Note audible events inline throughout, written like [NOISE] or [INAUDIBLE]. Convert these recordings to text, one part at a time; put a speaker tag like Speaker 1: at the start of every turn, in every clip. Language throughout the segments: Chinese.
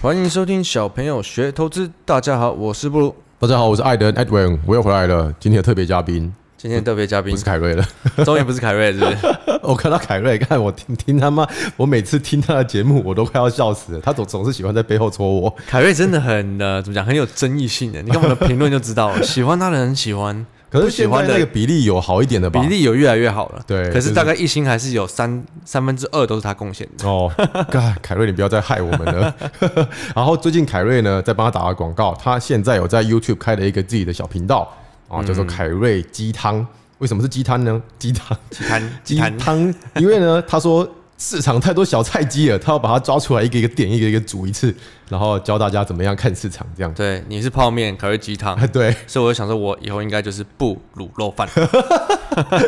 Speaker 1: 欢迎收听小朋友学投资。大家好，我是布鲁。
Speaker 2: 大家好，我是艾登 Edwin，我又回来了。今天的特别嘉宾
Speaker 1: 今天特别嘉宾
Speaker 2: 不是凯瑞了， [LAUGHS]
Speaker 1: 终于不是凯瑞，是不是？
Speaker 2: 我看到凯瑞，看我听听他妈，我每次听他的节目，我都快要笑死了。他总总是喜欢在背后戳我，
Speaker 1: 凯瑞真的很呃，怎么讲，很有争议性的。你看我的评论就知
Speaker 2: [LAUGHS]
Speaker 1: 道了，喜欢他的人喜欢，
Speaker 2: 可
Speaker 1: 不
Speaker 2: 是
Speaker 1: 喜
Speaker 2: 现在
Speaker 1: 欢
Speaker 2: 那个
Speaker 1: 的
Speaker 2: 比例有好一点的吧？
Speaker 1: 比例有越来越好了。
Speaker 2: 对
Speaker 1: 可是
Speaker 2: 就是
Speaker 1: 大概一星还是有三三分之二都是他贡献的。
Speaker 2: 哦，干凯瑞，你不要再害我们了。 [LAUGHS] 然后最近凯瑞呢，在帮他打个广告，他现在有在 YouTube 开了一个自己的小频道啊，叫做
Speaker 1: 嗯
Speaker 2: 凯瑞鸡汤。为什么是鸡汤呢？ [LAUGHS] 鸡汤，
Speaker 1: 鸡摊
Speaker 2: 鸡
Speaker 1: 鸡摊，
Speaker 2: 汤，因为呢，他说市场太多小菜鸡了，他要把它抓出来一个一个点，一个一个煮一次，然后教大家怎么样看市场这样。 [LAUGHS]
Speaker 1: 对，你是泡面，凯瑞鸡汤
Speaker 2: 啊，。对，
Speaker 1: 所以我就想说，我以后应该就是不卤肉
Speaker 2: [LAUGHS]
Speaker 1: 饭。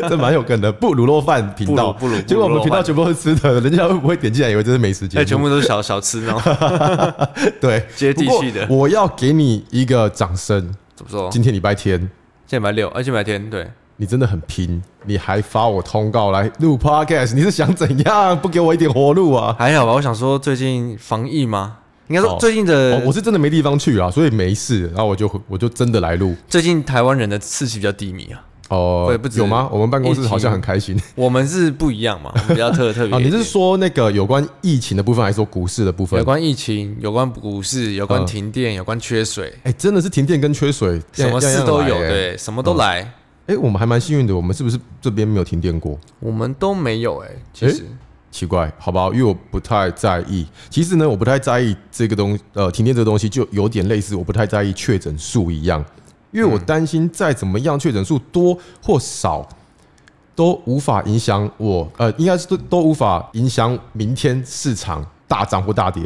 Speaker 2: 这蛮有梗的。不卤肉饭频道，
Speaker 1: 不卤不卤
Speaker 2: 结果我
Speaker 1: 不
Speaker 2: 们
Speaker 1: 卤
Speaker 2: 频道全部都是吃的，人家会不会点进来以为这是美食节
Speaker 1: 哎，[LAUGHS]
Speaker 2: 目？
Speaker 1: 全部都是小小吃那种，
Speaker 2: 对，
Speaker 1: [LAUGHS] 接地气的哦
Speaker 2: 不过我要给你一个掌声。
Speaker 1: 怎么说？今
Speaker 2: 今天礼拜天，
Speaker 1: 天礼拜六，哎，今天礼拜天，对，
Speaker 2: 你真的很拼，你还发我通告来录 podcast，你是想怎样？不给我一点活路啊？
Speaker 1: 还好吧。我想说，最近防疫吗？应该说
Speaker 2: 哦
Speaker 1: 最近的、
Speaker 2: 哦，我是真的没地方去啊，所以没事，然后我就我就真的来录。
Speaker 1: 最近台湾人的士气比较低迷啊，
Speaker 2: 哦、
Speaker 1: 会不止
Speaker 2: 有吗？我们办公室好像很开心
Speaker 1: 我们是不一样嘛，我们比较
Speaker 2: [LAUGHS]
Speaker 1: 特特别
Speaker 2: 啊！
Speaker 1: 一点。
Speaker 2: 你是说那个有关疫情的部分，还是说股市的部分
Speaker 1: 有？关疫情、有关股市、有关
Speaker 2: 嗯
Speaker 1: 停电、有关缺水，
Speaker 2: 哎、真的是停电跟缺水，
Speaker 1: [LAUGHS] 什么
Speaker 2: 样
Speaker 1: 事都有，。
Speaker 2: 样样来哎
Speaker 1: 对，什么都来，
Speaker 2: 哎、我们还蛮幸运的，我们是不是这边没有停电过？
Speaker 1: 我们都没有哎。其实
Speaker 2: 奇怪，好吧，因为我不太在意。其实呢，我不太在意这个东，呃，停电这个东西就有点类似我不太在意确诊数一样，因为我担心再怎么样确诊数多或少都无法影响我，呃，应该是都都无法影响明天市场大涨或大跌。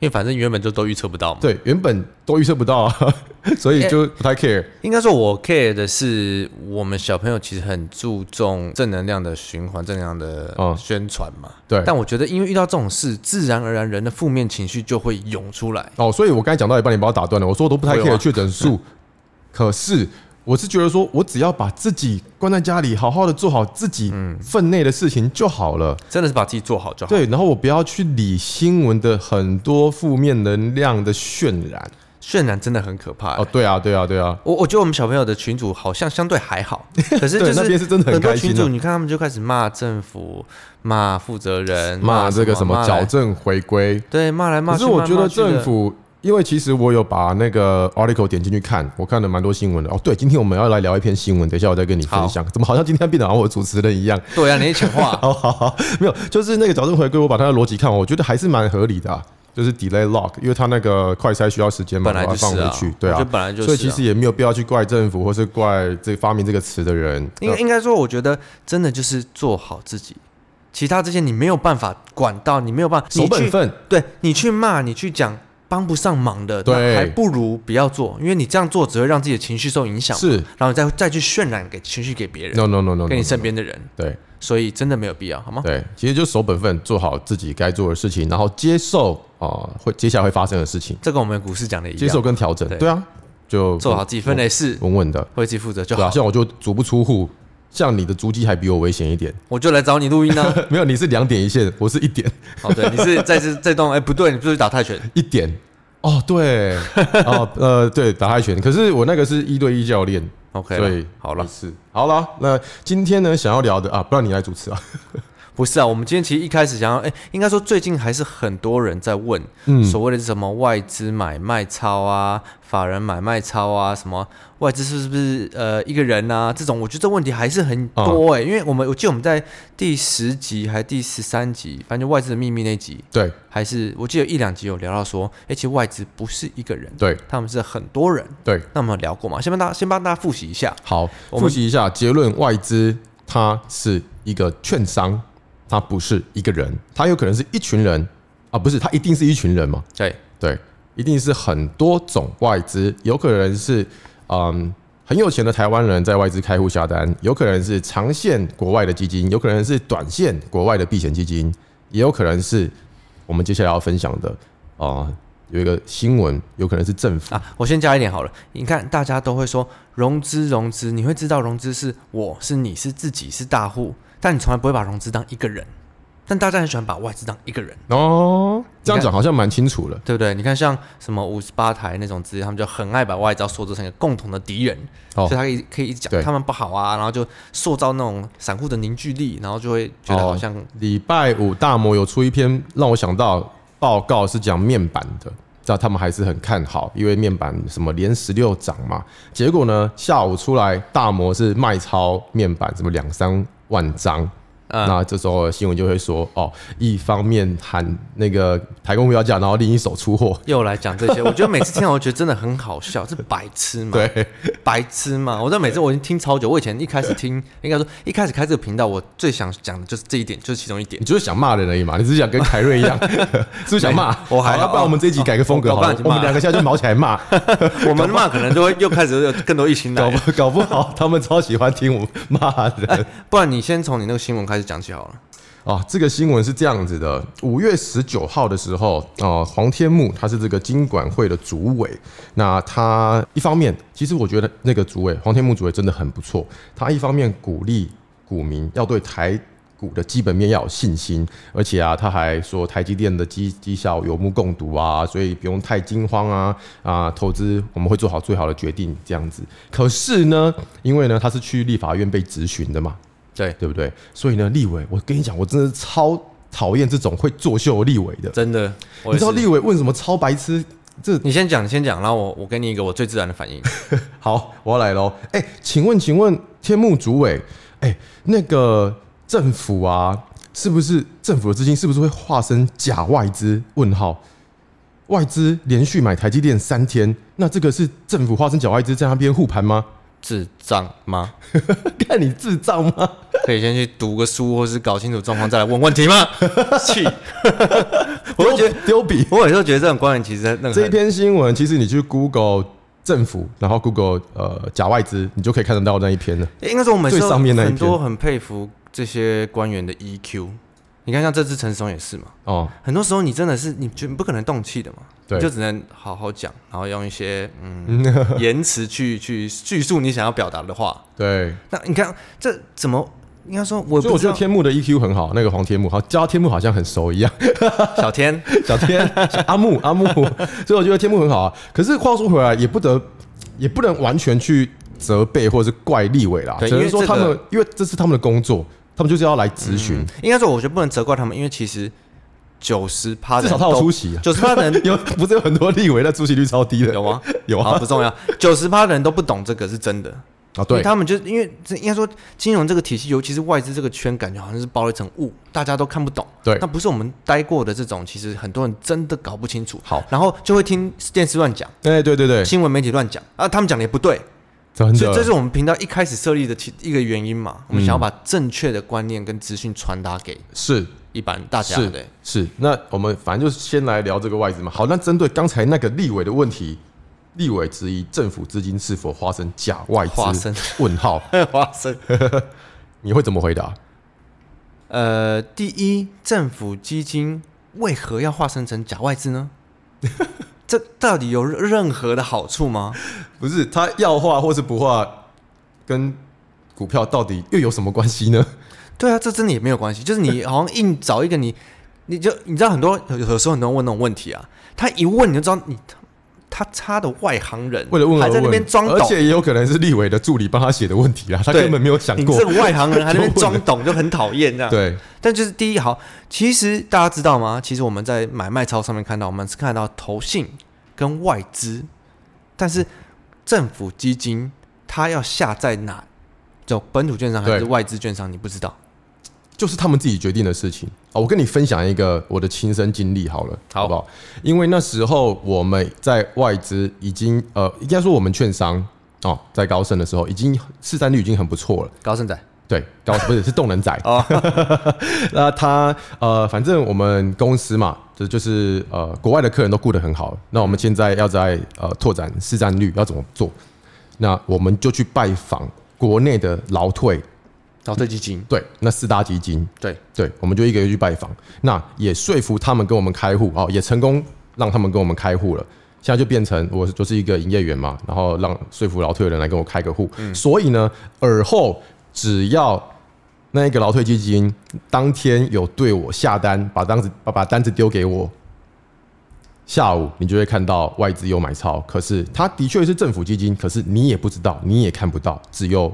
Speaker 1: 因为反正原本就都预测不到嘛。
Speaker 2: 对，原本都预测不到啊， [LAUGHS] 所以就不太 care。
Speaker 1: 应该说，我 care 的是我们小朋友其实很注重正能量的循环、正能量的
Speaker 2: 嗯
Speaker 1: 宣传嘛。
Speaker 2: 对
Speaker 1: 但我觉得，因为遇到这种事，自然而然人的负面情绪就会涌出来。
Speaker 2: 哦，所以我刚才讲到一半，你把我打断了。我说我都不太
Speaker 1: 会吗
Speaker 2: care 确诊数，可是我是觉得说，我只要把自己关在家里，好好的做好自己分内的事情就好了。
Speaker 1: 真的是把自己做好就好。
Speaker 2: 对，然后我不要去理新闻的很多负面能量的渲染。
Speaker 1: 渲染真的很可怕、欸
Speaker 2: 哦，对啊，对啊，对啊，
Speaker 1: 我我觉得我们小朋友的群主好像相对还好，
Speaker 2: [LAUGHS]
Speaker 1: 可是就
Speaker 2: 对
Speaker 1: 是
Speaker 2: 那边是真的很
Speaker 1: 很多
Speaker 2: 开心
Speaker 1: 群
Speaker 2: 啊
Speaker 1: 主，你看他们就开始骂政府、骂负责人、
Speaker 2: 骂这个什么
Speaker 1: 骂来
Speaker 2: 矫正回归，
Speaker 1: 对，骂来骂
Speaker 2: 可
Speaker 1: 去。
Speaker 2: 是我觉
Speaker 1: 骂来骂
Speaker 2: 得
Speaker 1: 去的
Speaker 2: 政府，因为其实我有把那个 article 点进去看，我看了蛮多新闻的。哦，对，今天我们要来聊一篇新闻，等一下我再跟你分享。怎么好像今天变得好像我主持人一样？
Speaker 1: 对啊，你也讲
Speaker 2: [LAUGHS]
Speaker 1: 话
Speaker 2: 好好好，没有，就是那个矫正回归，我把它的逻辑看完，我觉得还是蛮合理的、啊。就是 delay log，因为它那个快筛需要时间嘛，
Speaker 1: 本来
Speaker 2: 把
Speaker 1: 就
Speaker 2: 它放
Speaker 1: 是
Speaker 2: 回
Speaker 1: 啊
Speaker 2: 去，对
Speaker 1: 我
Speaker 2: 啊
Speaker 1: 觉得，本来就是啊
Speaker 2: 所以其实也没有必要去怪政府或是怪这发明这个词的人。哦
Speaker 1: 应该应该说，我觉得真的就是做好自己，其他这些你没有办法管到，你没有办法
Speaker 2: 守本。分，
Speaker 1: 你去对你去骂，你去讲，帮不上忙的，
Speaker 2: 对
Speaker 1: 那还不如不要做，因为你这样做只会让自己的情绪受影响，
Speaker 2: 是
Speaker 1: 然后你再再去渲染给情绪给别人，
Speaker 2: no no no no，
Speaker 1: 跟你
Speaker 2: no，
Speaker 1: 身边的人，
Speaker 2: 对，
Speaker 1: 所以真的没有必要，好吗？
Speaker 2: 对，其实就守本分，做好自己该做的事情，然后接受啊、呃会接下来会发生的事情，
Speaker 1: 这跟我们股市讲的一样，
Speaker 2: 接受跟调整。
Speaker 1: 对
Speaker 2: 对啊，就
Speaker 1: 做好自己分内事，
Speaker 2: 稳稳的，
Speaker 1: 为自己负责就
Speaker 2: 对啊。
Speaker 1: 好。
Speaker 2: 像我就足不出户，像你的足迹还比我危险一点。 [LAUGHS]
Speaker 1: 我就来找你录音呢。
Speaker 2: 没有，你是两点一线，我是一点 [LAUGHS]
Speaker 1: 哦，对，你是在这这栋，哎，不对，你不是打泰拳，
Speaker 2: 一点。哦，
Speaker 1: [LAUGHS]
Speaker 2: 对，哦，呃，对，打泰拳，可是我那个是一对一教练
Speaker 1: OK
Speaker 2: 所
Speaker 1: 了
Speaker 2: 以
Speaker 1: 好了
Speaker 2: 是好了。那今天呢，想要聊的啊，不然你来主持啊。
Speaker 1: 不是啊。我们今天其实一开始想要，哎，应该说最近还是很多人在问，所谓的什么外资买卖超啊，法人买卖超啊，什么外资是不是呃一个人啊？这种我觉得这问题还是很多哎，因为我们我记得我们在第十集还第十三集，反正就外资的秘密那集，
Speaker 2: 对
Speaker 1: 还是我记得一两集有聊到说，哎，其实外资不是一个人，
Speaker 2: 对
Speaker 1: 他们是很多人。
Speaker 2: 对，
Speaker 1: 那我们有聊过嘛？先帮大家先帮大家复习一下，
Speaker 2: 好，
Speaker 1: 我们
Speaker 2: 复习一下结论：外资它是一个券商，它不是一个人，它有可能是一群人啊，不是，它一定是一群人嘛？
Speaker 1: 对，
Speaker 2: 对，一定是很多种外资，有可能是嗯很有钱的台湾人在外资开户下单，有可能是长线国外的基金，有可能是短线国外的避险基金，也有可能是我们接下来要分享的啊、有一个新闻，有可能是政府。
Speaker 1: 啊，我先加一点好了。你看，大家都会说融资融资，你会知道融资是我是你是自己是大户，但你从来不会把融资当一个人。但大家很喜欢把外资当一个人，
Speaker 2: 哦，这样讲好像蛮清楚了。
Speaker 1: 对不对？你看像什么五十八台那种资料，他们就很爱把外交塑造成一个共同的敌人，
Speaker 2: 哦
Speaker 1: 所以他可以可以一直
Speaker 2: 对
Speaker 1: 讲他们不好啊，然后就塑造那种散户的凝聚力，然后就会觉得
Speaker 2: 哦
Speaker 1: 好像、
Speaker 2: 礼拜五大摩有出一篇让我想到报告是讲面板的，那他们还是很看好，因为面板什么连十六涨嘛。结果呢，下午出来大摩是卖超面板，什么两三万张。
Speaker 1: 嗯
Speaker 2: 那这时候新闻就会说，哦，一方面喊那个台公标价，然后另一手出货，
Speaker 1: 又来讲这些。我觉得每次听到，我觉得真的很好笑，这白痴嘛，
Speaker 2: 对，
Speaker 1: 白痴嘛！我在每次我已经听超久，我以前一开始听，应该说一开始开这个频道，我最想讲的就是这一点，就是其中一点
Speaker 2: 你。就是想骂人而已嘛，你只是想跟凯瑞一样， [LAUGHS] 是不是想骂？
Speaker 1: 哎我还好
Speaker 2: 好要不然我们这一集改个风格好
Speaker 1: 我
Speaker 2: 了
Speaker 1: 我，
Speaker 2: 我们两个现在就毛起来骂，
Speaker 1: [LAUGHS] 我们嘛，可能就会又开始有更多异 [LAUGHS] 心来
Speaker 2: 搞
Speaker 1: 了。
Speaker 2: 不搞不好他们超喜欢听我们骂人。
Speaker 1: 不然你先从你那个新闻开始讲起好了。
Speaker 2: 哦，这个新闻是这样子的：五月十九号的时候，呃，黄天木他是这个金管会的主委。那他一方面，其实我觉得那个主委黄天木主委真的很不错。他一方面鼓励股民要对台股的基本面要有信心，而且啊，他还说台积电的绩绩效有目共睹啊，所以不用太惊慌啊啊，投资我们会做好最好的决定这样子。可是呢，因为呢，他是去立法院被质询的嘛，
Speaker 1: 对，
Speaker 2: 对不对？所以呢，立委，我跟你讲，我真的是超讨厌这种会作秀的立委的。
Speaker 1: 真的，我
Speaker 2: 你
Speaker 1: 也
Speaker 2: 知道
Speaker 1: 是
Speaker 2: 立委为什么超白痴？这
Speaker 1: 你先讲，你先讲，然后我我给你一个我最自然的反应。
Speaker 2: 好，我要来喽。哎、请问，请问天幕主委，哎、那个政府啊，是不是政府的资金是不是会化身假外资？问号，外资连续买台积电三天，那这个是政府化身假外资在那边护盘吗？ [LAUGHS]
Speaker 1: 智障吗？
Speaker 2: 看你智障吗？
Speaker 1: 可以先去读个书，或是搞清楚状况再来问问题 [LAUGHS] 吗？气！我
Speaker 2: 丢
Speaker 1: 都觉得，
Speaker 2: 丢笔。
Speaker 1: 我有时候觉得这种官员其实那个
Speaker 2: 这一
Speaker 1: 很
Speaker 2: 篇新闻，其实你去 Google 政府，然后 Google 呃假外资，你就可以看得到那一篇了。
Speaker 1: 应该说我们
Speaker 2: 最上面那一
Speaker 1: 很
Speaker 2: 篇
Speaker 1: 多很佩服这些官员的 EQ。你看像这次陈松也是嘛，
Speaker 2: 哦，
Speaker 1: 很多时候你真的是你就你不可能动气的嘛，
Speaker 2: 对
Speaker 1: 你就只能好好讲，然后用一些嗯
Speaker 2: [LAUGHS]
Speaker 1: 言辞去去叙述你想要表达的话。
Speaker 2: 对，
Speaker 1: 那你看这怎么应该说我也
Speaker 2: 所以我
Speaker 1: 不知
Speaker 2: 觉得
Speaker 1: 道
Speaker 2: 天幕的 EQ 很好，那个黄天幕，好叫他天幕好像很熟一样。
Speaker 1: 小天
Speaker 2: 小天、小阿木、阿木，所以我觉得天幕很好啊。可是话说回来，也不得也不能完全去责备或者是怪立委啦，
Speaker 1: 对
Speaker 2: 只能
Speaker 1: 因
Speaker 2: 说
Speaker 1: 为这
Speaker 2: 他
Speaker 1: 个
Speaker 2: 们，因为这是他们的工作，他们就是要来咨询，
Speaker 1: 应该说我觉得不能责怪他们，因为其实九十趴
Speaker 2: 至少他有出席啊。
Speaker 1: 九十趴人
Speaker 2: [LAUGHS] 有不是有很多立委那出席率超低的？
Speaker 1: 有吗？
Speaker 2: [LAUGHS] 有
Speaker 1: 好
Speaker 2: 啊
Speaker 1: 不重要，九十趴的人都不懂这个是真的。
Speaker 2: 啊，
Speaker 1: 因
Speaker 2: 对
Speaker 1: 为，他们就因为这应该说金融这个体系，尤其是外资这个圈，感觉好像是包了一层雾，大家都看不懂。
Speaker 2: 对
Speaker 1: 那不是我们待过的这种，其实很多人真的搞不清楚。
Speaker 2: 好
Speaker 1: 然后就会听电视乱讲，
Speaker 2: 哎，对对对，
Speaker 1: 新闻媒体乱讲啊，他们讲的也不对，
Speaker 2: 真
Speaker 1: 所以
Speaker 2: 的，
Speaker 1: 这是我们频道一开始设立的其一个原因嘛。我们
Speaker 2: 嗯
Speaker 1: 想要把正确的观念跟资讯传达给
Speaker 2: 是
Speaker 1: 一般大家。
Speaker 2: 是
Speaker 1: [LAUGHS] 对，
Speaker 2: 是，那我们反正就先来聊这个外资嘛。好，那针对刚才那个立委的问题，立委质疑政府资金是否化身假外资？
Speaker 1: 化身
Speaker 2: 问号，
Speaker 1: 花生。
Speaker 2: 你会怎么回答？
Speaker 1: 呃，第一，政府基金为何要化身成假外资呢？ [LAUGHS] 这到底有任何的好处吗？
Speaker 2: 不是他要化或是不化，跟股票到底又有什么关系呢？
Speaker 1: 对啊，这真的也没有关系，就是
Speaker 2: [LAUGHS]
Speaker 1: 你好像硬找一个你，你就你知道很多有有时候很多人问那种问题啊，他一问你就知道你他他的外行人，
Speaker 2: 为了问而
Speaker 1: 还在那边
Speaker 2: 问
Speaker 1: 装
Speaker 2: 而
Speaker 1: 懂，
Speaker 2: 且也有可能是立委的助理帮他写的问题啊啦，他
Speaker 1: 对
Speaker 2: 根本没有想
Speaker 1: 你
Speaker 2: 过
Speaker 1: 这。个外行
Speaker 2: [LAUGHS]
Speaker 1: 人还在那边
Speaker 2: 多问了
Speaker 1: 装懂就很讨厌这样。
Speaker 2: 对，
Speaker 1: 但就是第一好，其实大家知道吗？其实我们在买卖超上面看到，我们是看到投信跟外资，但是政府基金它要下在哪？就本土券商还是
Speaker 2: 对
Speaker 1: 外资券商？你不知道。
Speaker 2: 就是他们自己决定的事情啊。我跟你分享一个我的亲身经历好了，
Speaker 1: 好
Speaker 2: 好不好？因为那时候我们在外资已经呃，应该说我们券商哦，在高盛的时候已经市占率已经很不错了。
Speaker 1: 高盛仔
Speaker 2: 对，高 [LAUGHS] 不是是动能仔
Speaker 1: 哦
Speaker 2: [LAUGHS] 那他呃，反正我们公司嘛，这就是呃，国外的客人都顾得很好。那我们现在要在呃拓展市占率，要怎么做？那我们就去拜访国内的劳退，
Speaker 1: 劳退基金，
Speaker 2: 对，那四大基金，
Speaker 1: 对，
Speaker 2: 嗯对，我们就一个一个去拜访，那也说服他们跟我们开户，哦，也成功让他们跟我们开户了。现在就变成我就是一个营业员嘛，然后让说服劳退的人来跟我开个户。所以呢，尔后只要那一个劳退基金当天有对我下单，把单子把把单子丢给我，下午你就会看到外资有买超，可是它的确是政府基金，可是你也不知道，你也看不到，只有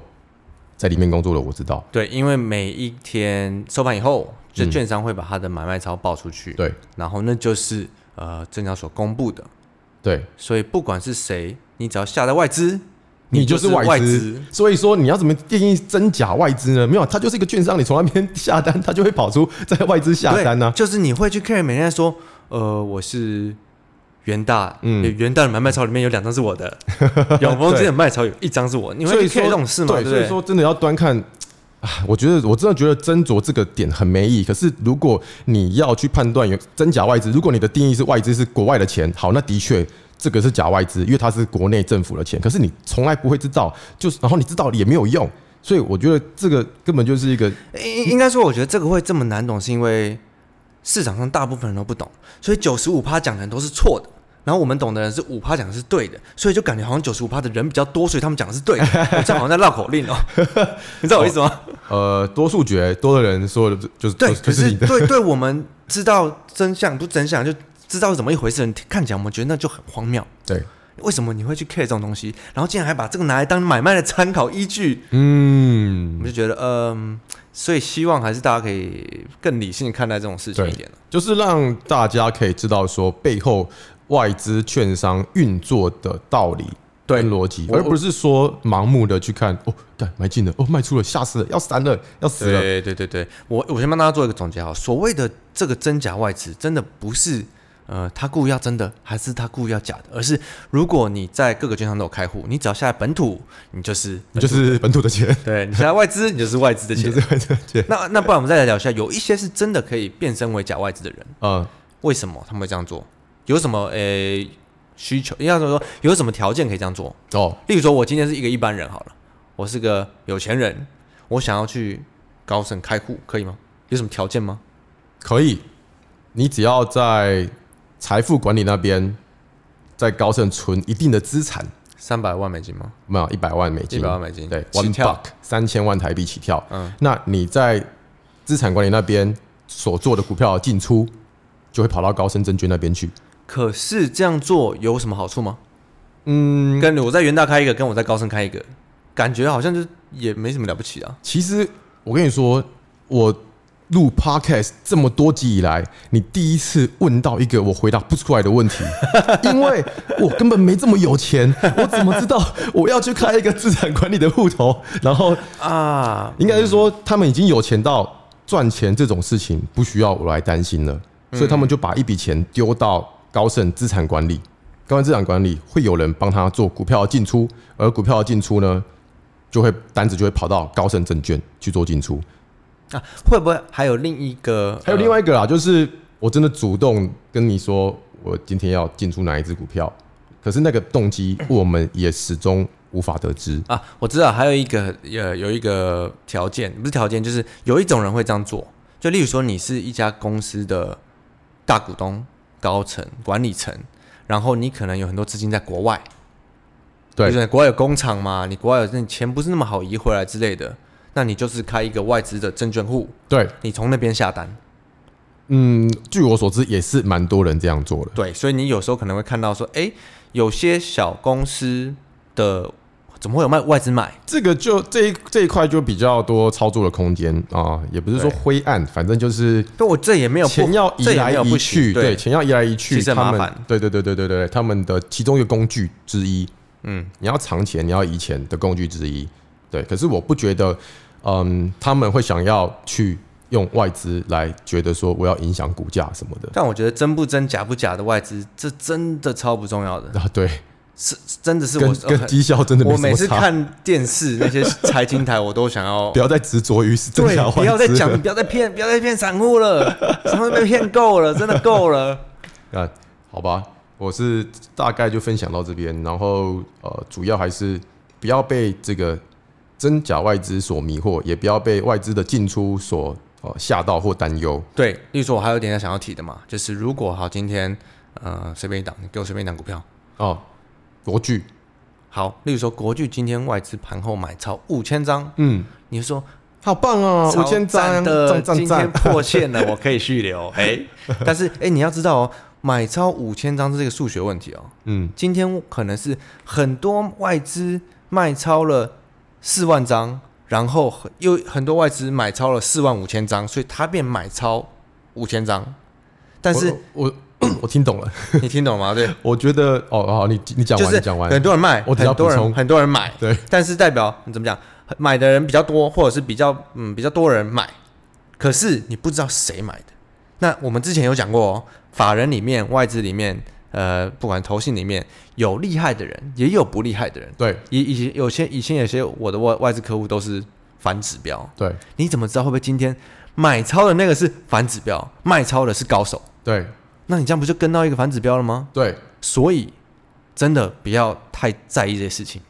Speaker 2: 在里面工作的我知道。
Speaker 1: 对，因为每一天收盘以后，就券商会把他的买卖超报出去，，
Speaker 2: 嗯对
Speaker 1: 然后那就是呃证交所公布的，
Speaker 2: 对，
Speaker 1: 所以不管是谁，你只要下在外资，
Speaker 2: 你就
Speaker 1: 就是外
Speaker 2: 外资，所以说你要怎么定义真假外资呢？没有，它就是一个券商，你从那边下单，它就会跑出在外资下单啊呢、
Speaker 1: 对就是你会去 care 每天说，呃，我是元大，
Speaker 2: 嗯
Speaker 1: 嗯，元大的买卖超里面有两张是我
Speaker 2: [LAUGHS]
Speaker 1: 的，永丰之前的卖超有一张是我，你
Speaker 2: 所
Speaker 1: 会
Speaker 2: 以
Speaker 1: 去
Speaker 2: 说
Speaker 1: care 这种事吗？对
Speaker 2: 对，
Speaker 1: 不
Speaker 2: 所以
Speaker 1: 对？
Speaker 2: 说真的要端看。唉我觉得我真的觉得斟酌这个点很没意义。可是如果你要去判断有真假外资，如果你的定义是外资是国外的钱，好，那的确这个是假外资，因为它是国内政府的钱。可是你从来不会知道，就是然后你知道也没有用。所以我觉得这个根本就是一个
Speaker 1: 应应该说，我觉得这个会这么难懂，是因为市场上大部分人都不懂，所以九十五趴讲的人都是错的。然后我们懂的人是五趴讲的是对的，所以就感觉好像九十五趴的人比较多，所以他们讲的是对的。我这样好像在绕口
Speaker 2: [LAUGHS]
Speaker 1: 令哦，你知道我意思吗？
Speaker 2: 呃多数决，多的人说的就就是
Speaker 1: 对，
Speaker 2: 就
Speaker 1: 可
Speaker 2: 是
Speaker 1: 是
Speaker 2: 你的
Speaker 1: 对对，我们知道真相不真相，就知道是怎么一回事。人看起来我们觉得那就很荒谬，
Speaker 2: 对，
Speaker 1: 为什么你会去 care 这种东西？然后竟然还把这个拿来当买卖的参考依据，我
Speaker 2: 嗯
Speaker 1: 们，就觉得，嗯、所以希望还是大家可以更理性地看待这种事情一点。哦
Speaker 2: 就是让大家可以知道说背后外资券商运作的道理
Speaker 1: 对
Speaker 2: 跟逻辑，
Speaker 1: 我
Speaker 2: 而不是说盲目的去看哦，干买进了，哦卖出了，吓死了，要散了，要死了。
Speaker 1: 对对对对，我我先帮大家做一个总结哈。所谓的这个真假外资，真的不是呃他故意要真的，还是他故意要假的，而是如果你在各个券商都有开户，你只要下来本土，你就是
Speaker 2: 你就是本土的钱， [LAUGHS]
Speaker 1: 对你下来外资，你就是外资的
Speaker 2: 你就
Speaker 1: 钱。
Speaker 2: 是本土的钱。
Speaker 1: [LAUGHS] 那那不然我们再来聊一下，有一些是真的可以变身为假外资的人，
Speaker 2: 嗯，
Speaker 1: 为什么他们会这样做？有什么呃需求？应该怎么说？有什么条件可以这样做？
Speaker 2: 哦，
Speaker 1: 例如说，我今天是一个一般人好了，我是个有钱人，我想要去高盛开户，可以吗？有什么条件吗？
Speaker 2: 可以，你只要在财富管理那边，在高盛存一定的资产，
Speaker 1: 三百万美金吗？
Speaker 2: 没有一百万美金，
Speaker 1: 100万美金
Speaker 2: 对
Speaker 1: 起
Speaker 2: ，one
Speaker 1: 跳
Speaker 2: buck 三千万台币起跳。
Speaker 1: 嗯
Speaker 2: 那你在资产管理那边所做的股票的进出，就会跑到高盛证券那边去。
Speaker 1: 可是这样做有什么好处吗？
Speaker 2: 嗯，
Speaker 1: 跟我在元大开一个，跟我在高盛开一个，感觉好像就也没什么了不起啊。
Speaker 2: 其实我跟你说，我录 podcast 这么多集以来，你第一次问到一个我回答不出来的问
Speaker 1: [LAUGHS]
Speaker 2: 题，因为我根本没这么有钱，我怎么知道我要去开一个资产管理的户头？然后
Speaker 1: 啊，
Speaker 2: 应该是说他们已经有钱到赚钱这种事情不需要我来担心了，所以他们就把一笔钱丢到高盛资产管理。高盛资产管理会有人帮他做股票的进出，而股票的进出呢，就会单子就会跑到高盛证券去做进出。
Speaker 1: 啊，会不会还有另一个？呃
Speaker 2: 还有另外一个啦，就是我真的主动跟你说，我今天要进出哪一只股票，可是那个动机我们也始终无法得知。
Speaker 1: 呃啊，我知道还有一个呃，有一个条件，不是条件，就是有一种人会这样做，就例如说你是一家公司的大股东、高层、管理层，然后你可能有很多资金在国外，
Speaker 2: 对
Speaker 1: 就是国外有工厂嘛，你国外有那钱不是那么好移回来之类的，那你就是开一个外资的证券户，
Speaker 2: 对，
Speaker 1: 你从那边下单。
Speaker 2: 嗯，据我所知也是蛮多人这样做的。
Speaker 1: 对，所以你有时候可能会看到说，哎，有些小公司的怎么会有卖外资买？
Speaker 2: 这个就这一这一块就比较多操作的空间啊，也不是说
Speaker 1: 对
Speaker 2: 灰暗，反正就是
Speaker 1: 但我这也没有不
Speaker 2: 钱要移
Speaker 1: 这也
Speaker 2: 来
Speaker 1: 没有不
Speaker 2: 移
Speaker 1: 行
Speaker 2: 去，对，
Speaker 1: 对，
Speaker 2: 钱要移来移去，
Speaker 1: 其实很
Speaker 2: 他
Speaker 1: 麻
Speaker 2: 们
Speaker 1: 烦
Speaker 2: 对对对对对对，他们的其中一个工具之一，
Speaker 1: 嗯，
Speaker 2: 你要藏钱，你要移钱的工具之一，对。可是我不觉得，嗯，他们会想要去用外资来觉得说我要影响股价什么的
Speaker 1: 但我觉得真不真假不假的外资，这真的超不重要的，
Speaker 2: 啊，对，
Speaker 1: 是真的是
Speaker 2: 跟
Speaker 1: 我呃
Speaker 2: 跟绩效真的没
Speaker 1: 我
Speaker 2: 什
Speaker 1: 每
Speaker 2: 么
Speaker 1: 次
Speaker 2: 差，
Speaker 1: 看电视那些财经台，我都想要
Speaker 2: [LAUGHS] 不要再执着于是真
Speaker 1: 对
Speaker 2: 假，
Speaker 1: 不要
Speaker 2: 外
Speaker 1: 再
Speaker 2: 资了
Speaker 1: 讲，不要再骗，不要再骗散户
Speaker 2: [LAUGHS]
Speaker 1: 了，什么都被骗够了，真的够了。
Speaker 2: 啊，好吧，我是大概就分享到这边，然后呃，主要还是不要被这个真假外资所迷惑，也不要被外资的进出所呃吓到或担忧。
Speaker 1: 对，例如说，我还有一点想要提的嘛，就是如果好，今天呃随便一档，你给我随便一档股票，
Speaker 2: 哦，国剧，
Speaker 1: 好，例如说国巨今天外资盘后买超五千张，
Speaker 2: 嗯，
Speaker 1: 你就说
Speaker 2: 好棒哦，五千
Speaker 1: 超赞
Speaker 2: 张，
Speaker 1: 的
Speaker 2: 赞赞
Speaker 1: 今天
Speaker 2: 赞， [LAUGHS]
Speaker 1: 破线了，我可以续留。哎，但是哎、你要知道哦，买超五千张是这个数学问题哦。
Speaker 2: 嗯，
Speaker 1: 今天可能是很多外资卖超了四万张，然后很又很多外资买超了四万五千张，所以它变买超五千张。但是
Speaker 2: 我我我听懂了，
Speaker 1: 你听懂吗？对，
Speaker 2: 我觉得哦好，你你讲
Speaker 1: 就
Speaker 2: 完
Speaker 1: 是
Speaker 2: 你讲完，
Speaker 1: 很多人卖，
Speaker 2: 我只要
Speaker 1: 很多
Speaker 2: 补充
Speaker 1: 人很多人买，
Speaker 2: 对，
Speaker 1: 但是代表嗯你怎么讲，买的人比较多，或者是比较嗯比较多人买，可是你不知道谁买的。那我们之前有讲过、哦，法人里面、外资里面，呃，不管投信里面有厉害的人，也有不厉害的人。
Speaker 2: 对
Speaker 1: 以以前有些以前有些我的外外资客户都是反指标，
Speaker 2: 对
Speaker 1: 你怎么知道会不会今天买超的那个是反指标，卖超的是高手？
Speaker 2: 对
Speaker 1: 那你这样不就跟到一个反指标了吗？
Speaker 2: 对，
Speaker 1: 所以真的不要太在意这些事情。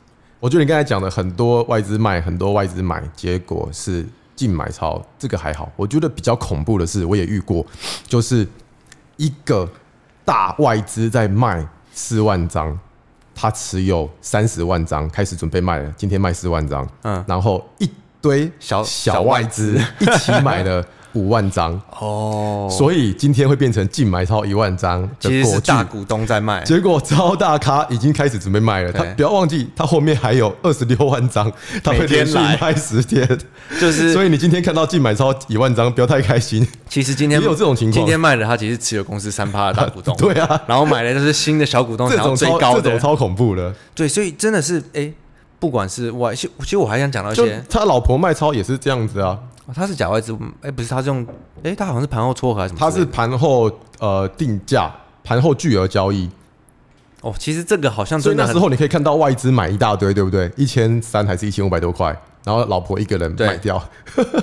Speaker 2: 我觉得你刚才讲的很多外资卖，很多外资买，结果是净买超，这个还好。我觉得比较恐怖的是，我也遇过，就是一个大外资在卖四万张，他持有三十万张，开始准备卖了，今天卖四万张，
Speaker 1: 嗯，
Speaker 2: 然后一堆
Speaker 1: 小
Speaker 2: 小外资一起买了五万张，
Speaker 1: [LAUGHS] 哦，
Speaker 2: 所以今天会变成净买超一万张
Speaker 1: 其
Speaker 2: 的
Speaker 1: 实
Speaker 2: 国
Speaker 1: 是
Speaker 2: 剧。
Speaker 1: 大股东在卖，
Speaker 2: 结果超大咖已经开始准备卖了，他
Speaker 1: 对
Speaker 2: 不要忘记，他后面还有二十六万张，他会
Speaker 1: 每天
Speaker 2: 连续
Speaker 1: 来
Speaker 2: 卖十天，
Speaker 1: 就是
Speaker 2: 所以你今天看到净买超一万张，不要太开心。
Speaker 1: 其实今天
Speaker 2: 也有这种情况，
Speaker 1: 今天卖的他其实持有公司三趴的大股东
Speaker 2: 对啊，
Speaker 1: 然后买的就是新的小股东，
Speaker 2: 这
Speaker 1: 然后
Speaker 2: 种
Speaker 1: 最
Speaker 2: 超
Speaker 1: 高
Speaker 2: 这种
Speaker 1: 的，
Speaker 2: 超恐怖的，
Speaker 1: 对，所以真的是哎，不管是外，其其实我还想讲到一
Speaker 2: 就
Speaker 1: 些，
Speaker 2: 他老婆卖超也是这样子啊，
Speaker 1: 哦他是假外资，哎，不是，他是用，哎，他好像是盘后撮合还是什么之
Speaker 2: 他
Speaker 1: 类的？
Speaker 2: 是盘后呃定价。盘后巨额交易，
Speaker 1: 哦，其实这个好像
Speaker 2: 所
Speaker 1: 真
Speaker 2: 以
Speaker 1: 的
Speaker 2: 那时
Speaker 1: 很
Speaker 2: 候你可以看到外资买一大堆，对不对？一千三还是一千五百多块，然后老婆一个人
Speaker 1: 对
Speaker 2: 买掉，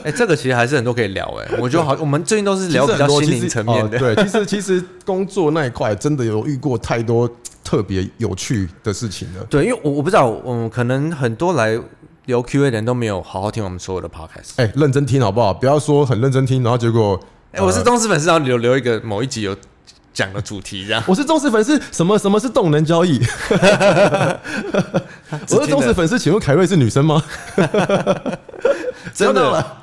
Speaker 1: 哎、这个其实还是很多可以聊哎、我觉得好，我们最近都是
Speaker 2: 其实
Speaker 1: 聊比
Speaker 2: 很
Speaker 1: 较
Speaker 2: 多
Speaker 1: 心
Speaker 2: 其
Speaker 1: 灵
Speaker 2: 实
Speaker 1: 层面的。
Speaker 2: 哦
Speaker 1: [LAUGHS]
Speaker 2: 对，其实其实工作那一块真的有遇过太多特别有趣的事情了。
Speaker 1: 对，因为我我不知道，嗯，可能很多来聊 Q A 的人都没有好好听我们所有的 podcast。
Speaker 2: 哎、认真听好不好？不要说很认真听，然后结果
Speaker 1: 哎、我是忠实粉丝，然后留留一个某一集有讲的主题这样。
Speaker 2: 我是忠实粉丝，什么什么是动能交易？ [LAUGHS] 我是忠实粉丝，请问凯瑞是女生吗？ [LAUGHS]
Speaker 1: 真
Speaker 2: 不要闹
Speaker 1: 的，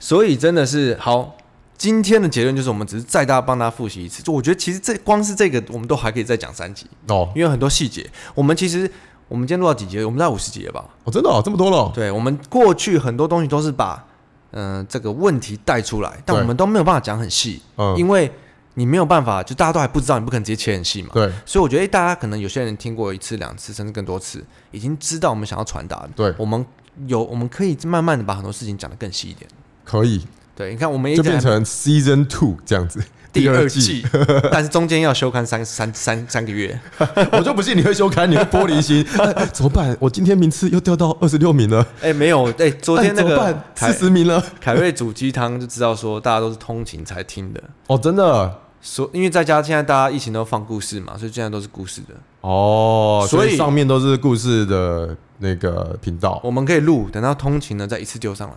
Speaker 1: 所以真的是好。今天的结论就是，我们只是再大帮大家复习一次。就我觉得，其实这光是这个，我们都还可以再讲三集，
Speaker 2: 哦
Speaker 1: 因为很多细节。我们其实我们今天录到几集了？我们到五十集了吧？
Speaker 2: 哦，真的哦，这么多了哦，
Speaker 1: 对，我们过去很多东西都是把嗯、呃这个问题带出来，但
Speaker 2: 对
Speaker 1: 我们都没有办法讲很细，
Speaker 2: 嗯
Speaker 1: 因为你没有办法，就大家都还不知道，你不可能直接切很细嘛。
Speaker 2: 对
Speaker 1: 所以我觉得诶大家可能有些人听过一次、两次，甚至更多次，已经知道我们想要传达的。
Speaker 2: 对
Speaker 1: 我们有，我们可以慢慢的把很多事情讲得更细一点。
Speaker 2: 可以
Speaker 1: 对，你看，我们也
Speaker 2: 就
Speaker 1: 讲
Speaker 2: 变成 Season Two 这样子，
Speaker 1: 第
Speaker 2: 二
Speaker 1: 二，季， [LAUGHS] 但是中间要休刊三三三三个月。
Speaker 2: [LAUGHS] 我就不信你会修刊，你会玻璃心、 [LAUGHS] 哎怎么办？我今天名次又掉到二十六名了，
Speaker 1: 哎，没有，哎，昨天那
Speaker 2: 哎
Speaker 1: 个
Speaker 2: 怎么办
Speaker 1: 凯
Speaker 2: 四十名了，
Speaker 1: 凯瑞煮鸡汤就知道说，大家都是通勤才听的。
Speaker 2: 哦，真的。
Speaker 1: 所因为在家现在大家疫情都放故事嘛，所以现在都是故事的，
Speaker 2: 哦，所
Speaker 1: 所以
Speaker 2: 以上面都是故事的那个频道
Speaker 1: 我们可以录，等到通勤了再一次丢上来，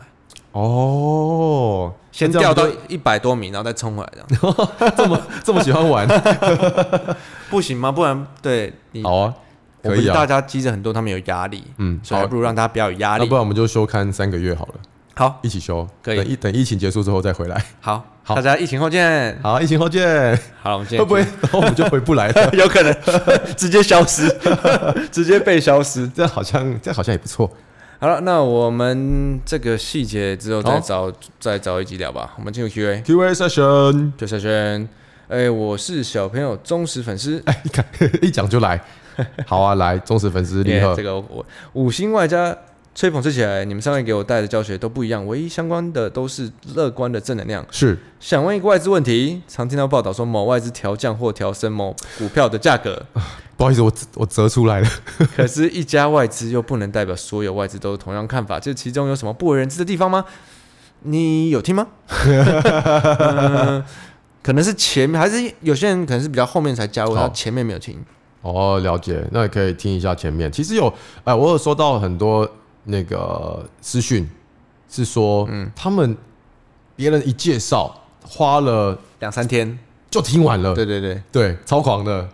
Speaker 2: 哦，
Speaker 1: 先
Speaker 2: 那这样
Speaker 1: 掉到
Speaker 2: 不就
Speaker 1: 一百多名，然后再冲回来这样，
Speaker 2: 这么这么喜欢 [LAUGHS] 玩，
Speaker 1: [LAUGHS] 不行吗？不然对你，
Speaker 2: 好啊，
Speaker 1: 我
Speaker 2: 可
Speaker 1: 们
Speaker 2: 以
Speaker 1: 大
Speaker 2: 啊，
Speaker 1: 家积着很多，他们有压力，
Speaker 2: 嗯
Speaker 1: 所以还
Speaker 2: 好
Speaker 1: 不如让大家不要有压
Speaker 2: 那
Speaker 1: 力
Speaker 2: 不。然我们就休刊三个月好了，
Speaker 1: 好
Speaker 2: 一起休，
Speaker 1: 可以
Speaker 2: 等疫等疫情结束之后再回来。
Speaker 1: 好，
Speaker 2: 好
Speaker 1: 大家疫情后见。
Speaker 2: [LAUGHS] 好，疫情后见，
Speaker 1: 好，我们今
Speaker 2: 会
Speaker 1: 天
Speaker 2: 不会然后我们就回不来 [LAUGHS] 了？
Speaker 1: 有可 [LAUGHS] 能直接消失，直接被消失？
Speaker 2: 这样好像这样好像也不错，
Speaker 1: 好了，那我们这个细节之后
Speaker 2: 好
Speaker 1: 再找再找一集聊吧。我们进入 Q&A，
Speaker 2: Q&A session，
Speaker 1: 就小轩，哎，我是小朋友忠实粉丝。
Speaker 2: 哎，一看一讲 [LAUGHS] 就来，好啊，来，忠实粉丝立
Speaker 1: 耶
Speaker 2: 贺
Speaker 1: 这，个我五星外加吹捧吹起来，你们上面给我带的教学都不一样，唯一相关的都是乐观的正能量。
Speaker 2: 是
Speaker 1: 想问一个外资问题，常听到报道说某外资调降或调升某股票的价格，
Speaker 2: 不好意思，我我折出来了，
Speaker 1: 可是，一家外资又不能代表所有外资都是同样看法，这其中有什么不为人知的地方吗？你有听吗？嗯可能是前面，还是有些人可能是比较后面才加入，他
Speaker 2: 好
Speaker 1: 前面没有听。
Speaker 2: 哦，了解，那也可以听一下前面。其实有，哎、我有收到很多那个私讯，是说，嗯，他们别人一介绍，花了
Speaker 1: 两三天，
Speaker 2: 就听完了，
Speaker 1: 对对对，
Speaker 2: 对，超狂的，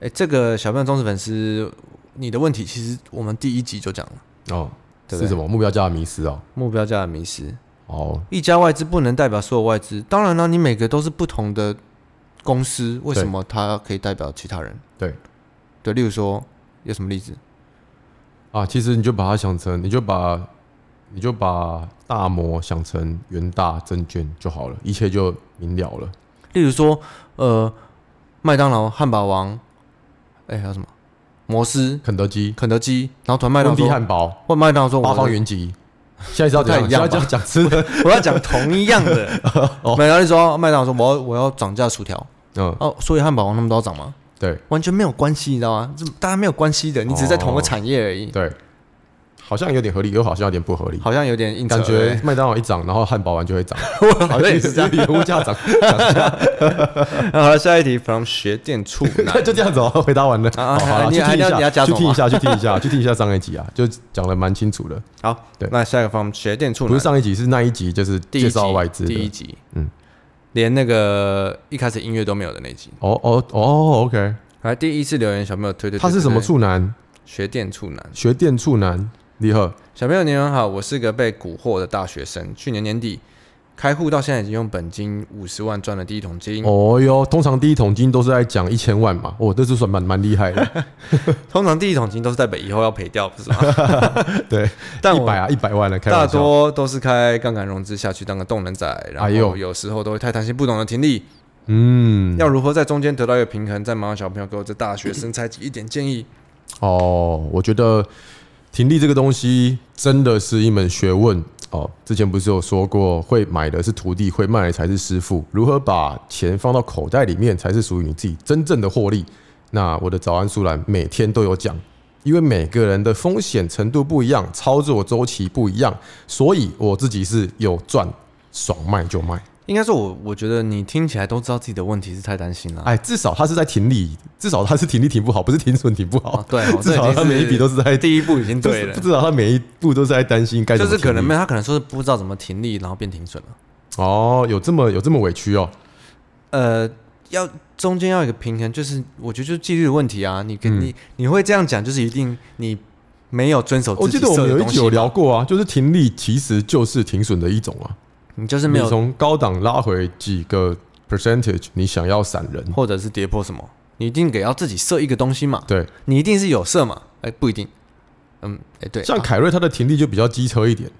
Speaker 1: 哎、这个小朋友忠实粉丝，你的问题其实我们第一集就讲了，
Speaker 2: 哦，
Speaker 1: 对不对
Speaker 2: 是什么目标价的迷失哦，
Speaker 1: 目标价的迷失，
Speaker 2: 哦，
Speaker 1: 一家外资不能代表所有外资。当然了，你每个都是不同的公司，为什么它可以代表其他人？
Speaker 2: 对
Speaker 1: 对，例如说有什么例子？
Speaker 2: 啊，其实你就把它想成，你就把你就把大摩想成元大证券就好了，一切就明了了。
Speaker 1: 例如说，呃，麦当劳、汉堡王，哎、还有什么？摩斯、
Speaker 2: 肯德基、
Speaker 1: 肯德基，然后团麦当
Speaker 2: 温
Speaker 1: 劳
Speaker 2: 蒂
Speaker 1: 说，
Speaker 2: 汉堡、
Speaker 1: 问麦当劳说，[LAUGHS]
Speaker 2: 八
Speaker 1: 我
Speaker 2: 方云集，现在是要
Speaker 1: 不太 [LAUGHS]
Speaker 2: 讲
Speaker 1: 一样吧
Speaker 2: 要讲讲吃的，
Speaker 1: 我要讲同一样的。
Speaker 2: [LAUGHS] 哦
Speaker 1: 麦当劳就说，麦当劳说，我要我要涨价薯条。
Speaker 2: 嗯，
Speaker 1: 哦，所以汉堡王他们都要涨吗？
Speaker 2: 对
Speaker 1: 完全没有关系，你知道吗？这大家没有关系的，你只是在同个
Speaker 2: 哦
Speaker 1: 产业而已，
Speaker 2: 对，好像有点合理，又好像有点不合理。
Speaker 1: 好像有点硬扯
Speaker 2: 感觉
Speaker 1: 对
Speaker 2: 麦当劳一涨，然后汉堡完
Speaker 1: [LAUGHS]
Speaker 2: 就会涨，
Speaker 1: 不对好像也是这样。
Speaker 2: 样，物 [LAUGHS] 价涨，
Speaker 1: [LAUGHS] 好了，下一题，from 学店处男
Speaker 2: 就这样子
Speaker 1: [LAUGHS]
Speaker 2: 哦。回答完了，
Speaker 1: 啊
Speaker 2: 好好啦
Speaker 1: 你
Speaker 2: 去
Speaker 1: 还
Speaker 2: 听一
Speaker 1: 要你要加什
Speaker 2: 下，去
Speaker 1: 么
Speaker 2: 听一下，去听一下， [LAUGHS] 去听一下上一集啊，就讲的蛮清楚的。
Speaker 1: 好，
Speaker 2: 对
Speaker 1: 那下一个 from 学店处
Speaker 2: 不
Speaker 1: 男
Speaker 2: 是上一集，是那一集，就是
Speaker 1: 第一
Speaker 2: 介
Speaker 1: 集
Speaker 2: 绍外资
Speaker 1: 第一
Speaker 2: 的。
Speaker 1: 集，嗯
Speaker 2: 嗯，
Speaker 1: 连那个一开始音乐都没有的那集。
Speaker 2: 哦哦哦，OK，
Speaker 1: 来，第一次留言小朋友推推，
Speaker 2: 他是
Speaker 1: 推
Speaker 2: 什么？
Speaker 1: 推
Speaker 2: 处男？
Speaker 1: 学店处男。
Speaker 2: 学电处男，李贺。
Speaker 1: 小朋友你们好，我是个被蛊惑的大学生。去年年底开户到现在，已经用本金五十万赚了第一桶金。
Speaker 2: 哦哟，通常第一桶金都是在讲一千万嘛，哦，这是算蛮蛮厉
Speaker 1: [LAUGHS]
Speaker 2: 害的。
Speaker 1: 通常第一桶金都是代表以后要赔掉，不 [LAUGHS] 是吗？
Speaker 2: 对，
Speaker 1: 但
Speaker 2: 一
Speaker 1: 我
Speaker 2: 百啊，一百万了，开
Speaker 1: 大
Speaker 2: 玩笑。
Speaker 1: 多都是开杠杆融资下去当个动能仔，然
Speaker 2: 哎
Speaker 1: 后
Speaker 2: 呦
Speaker 1: 有时候都会太贪心，不懂得停利。
Speaker 2: 嗯，
Speaker 1: 要如何在中间得到一个平衡？再麻烦小朋友给我这大学生采集一点建议。
Speaker 2: 哦，我觉得停利这个东西真的是一门学问哦。之前不是有说过，会买的是徒弟，会卖的才是师傅。如何把钱放到口袋里面，才是属于你自己真正的获利。那我的早安苏兰每天都有讲，因为每个人的风险程度不一样，操作周期不一样，所以我自己是有赚，爽卖就卖。
Speaker 1: 应该说我，我觉得你听起来都知道自己的问题是太担心了。
Speaker 2: 哎，至少他是在停利，至少他是停利停不好，不是停损停不好。
Speaker 1: [LAUGHS] 哦，对，哦 [LAUGHS]
Speaker 2: 至
Speaker 1: 这已
Speaker 2: 少
Speaker 1: 经
Speaker 2: 他每一笔都是在
Speaker 1: 第一步已经对了
Speaker 2: 不，知道他每一步都是在担心该怎
Speaker 1: 就
Speaker 2: 么
Speaker 1: 是可能
Speaker 2: 停
Speaker 1: 没有他可能说是不知道怎么停利，然后变停损了。
Speaker 2: 利哦，有这么有这么委屈哦，
Speaker 1: 呃，要中间要有一个平衡，就是我觉得就是纪律的问题啊。你跟、你你会这样讲，就是一定你没有遵守
Speaker 2: 我
Speaker 1: 自己
Speaker 2: 记得我
Speaker 1: 设
Speaker 2: 们
Speaker 1: 的
Speaker 2: 有一
Speaker 1: 东
Speaker 2: 集
Speaker 1: 西
Speaker 2: 有
Speaker 1: 嘛，
Speaker 2: 聊过啊，就是停利其实就是停损的一种啊，
Speaker 1: 你就是没
Speaker 2: 你
Speaker 1: 有，
Speaker 2: 从高档拉回几个 percentage，你想要散人，
Speaker 1: 或者是跌破什么，你一定给要自己设一个东西嘛。
Speaker 2: 对，
Speaker 1: 你一定是有设嘛？哎、不一定。嗯，哎、对，
Speaker 2: 像
Speaker 1: 啊
Speaker 2: 凯瑞他的停利就比较机车一点，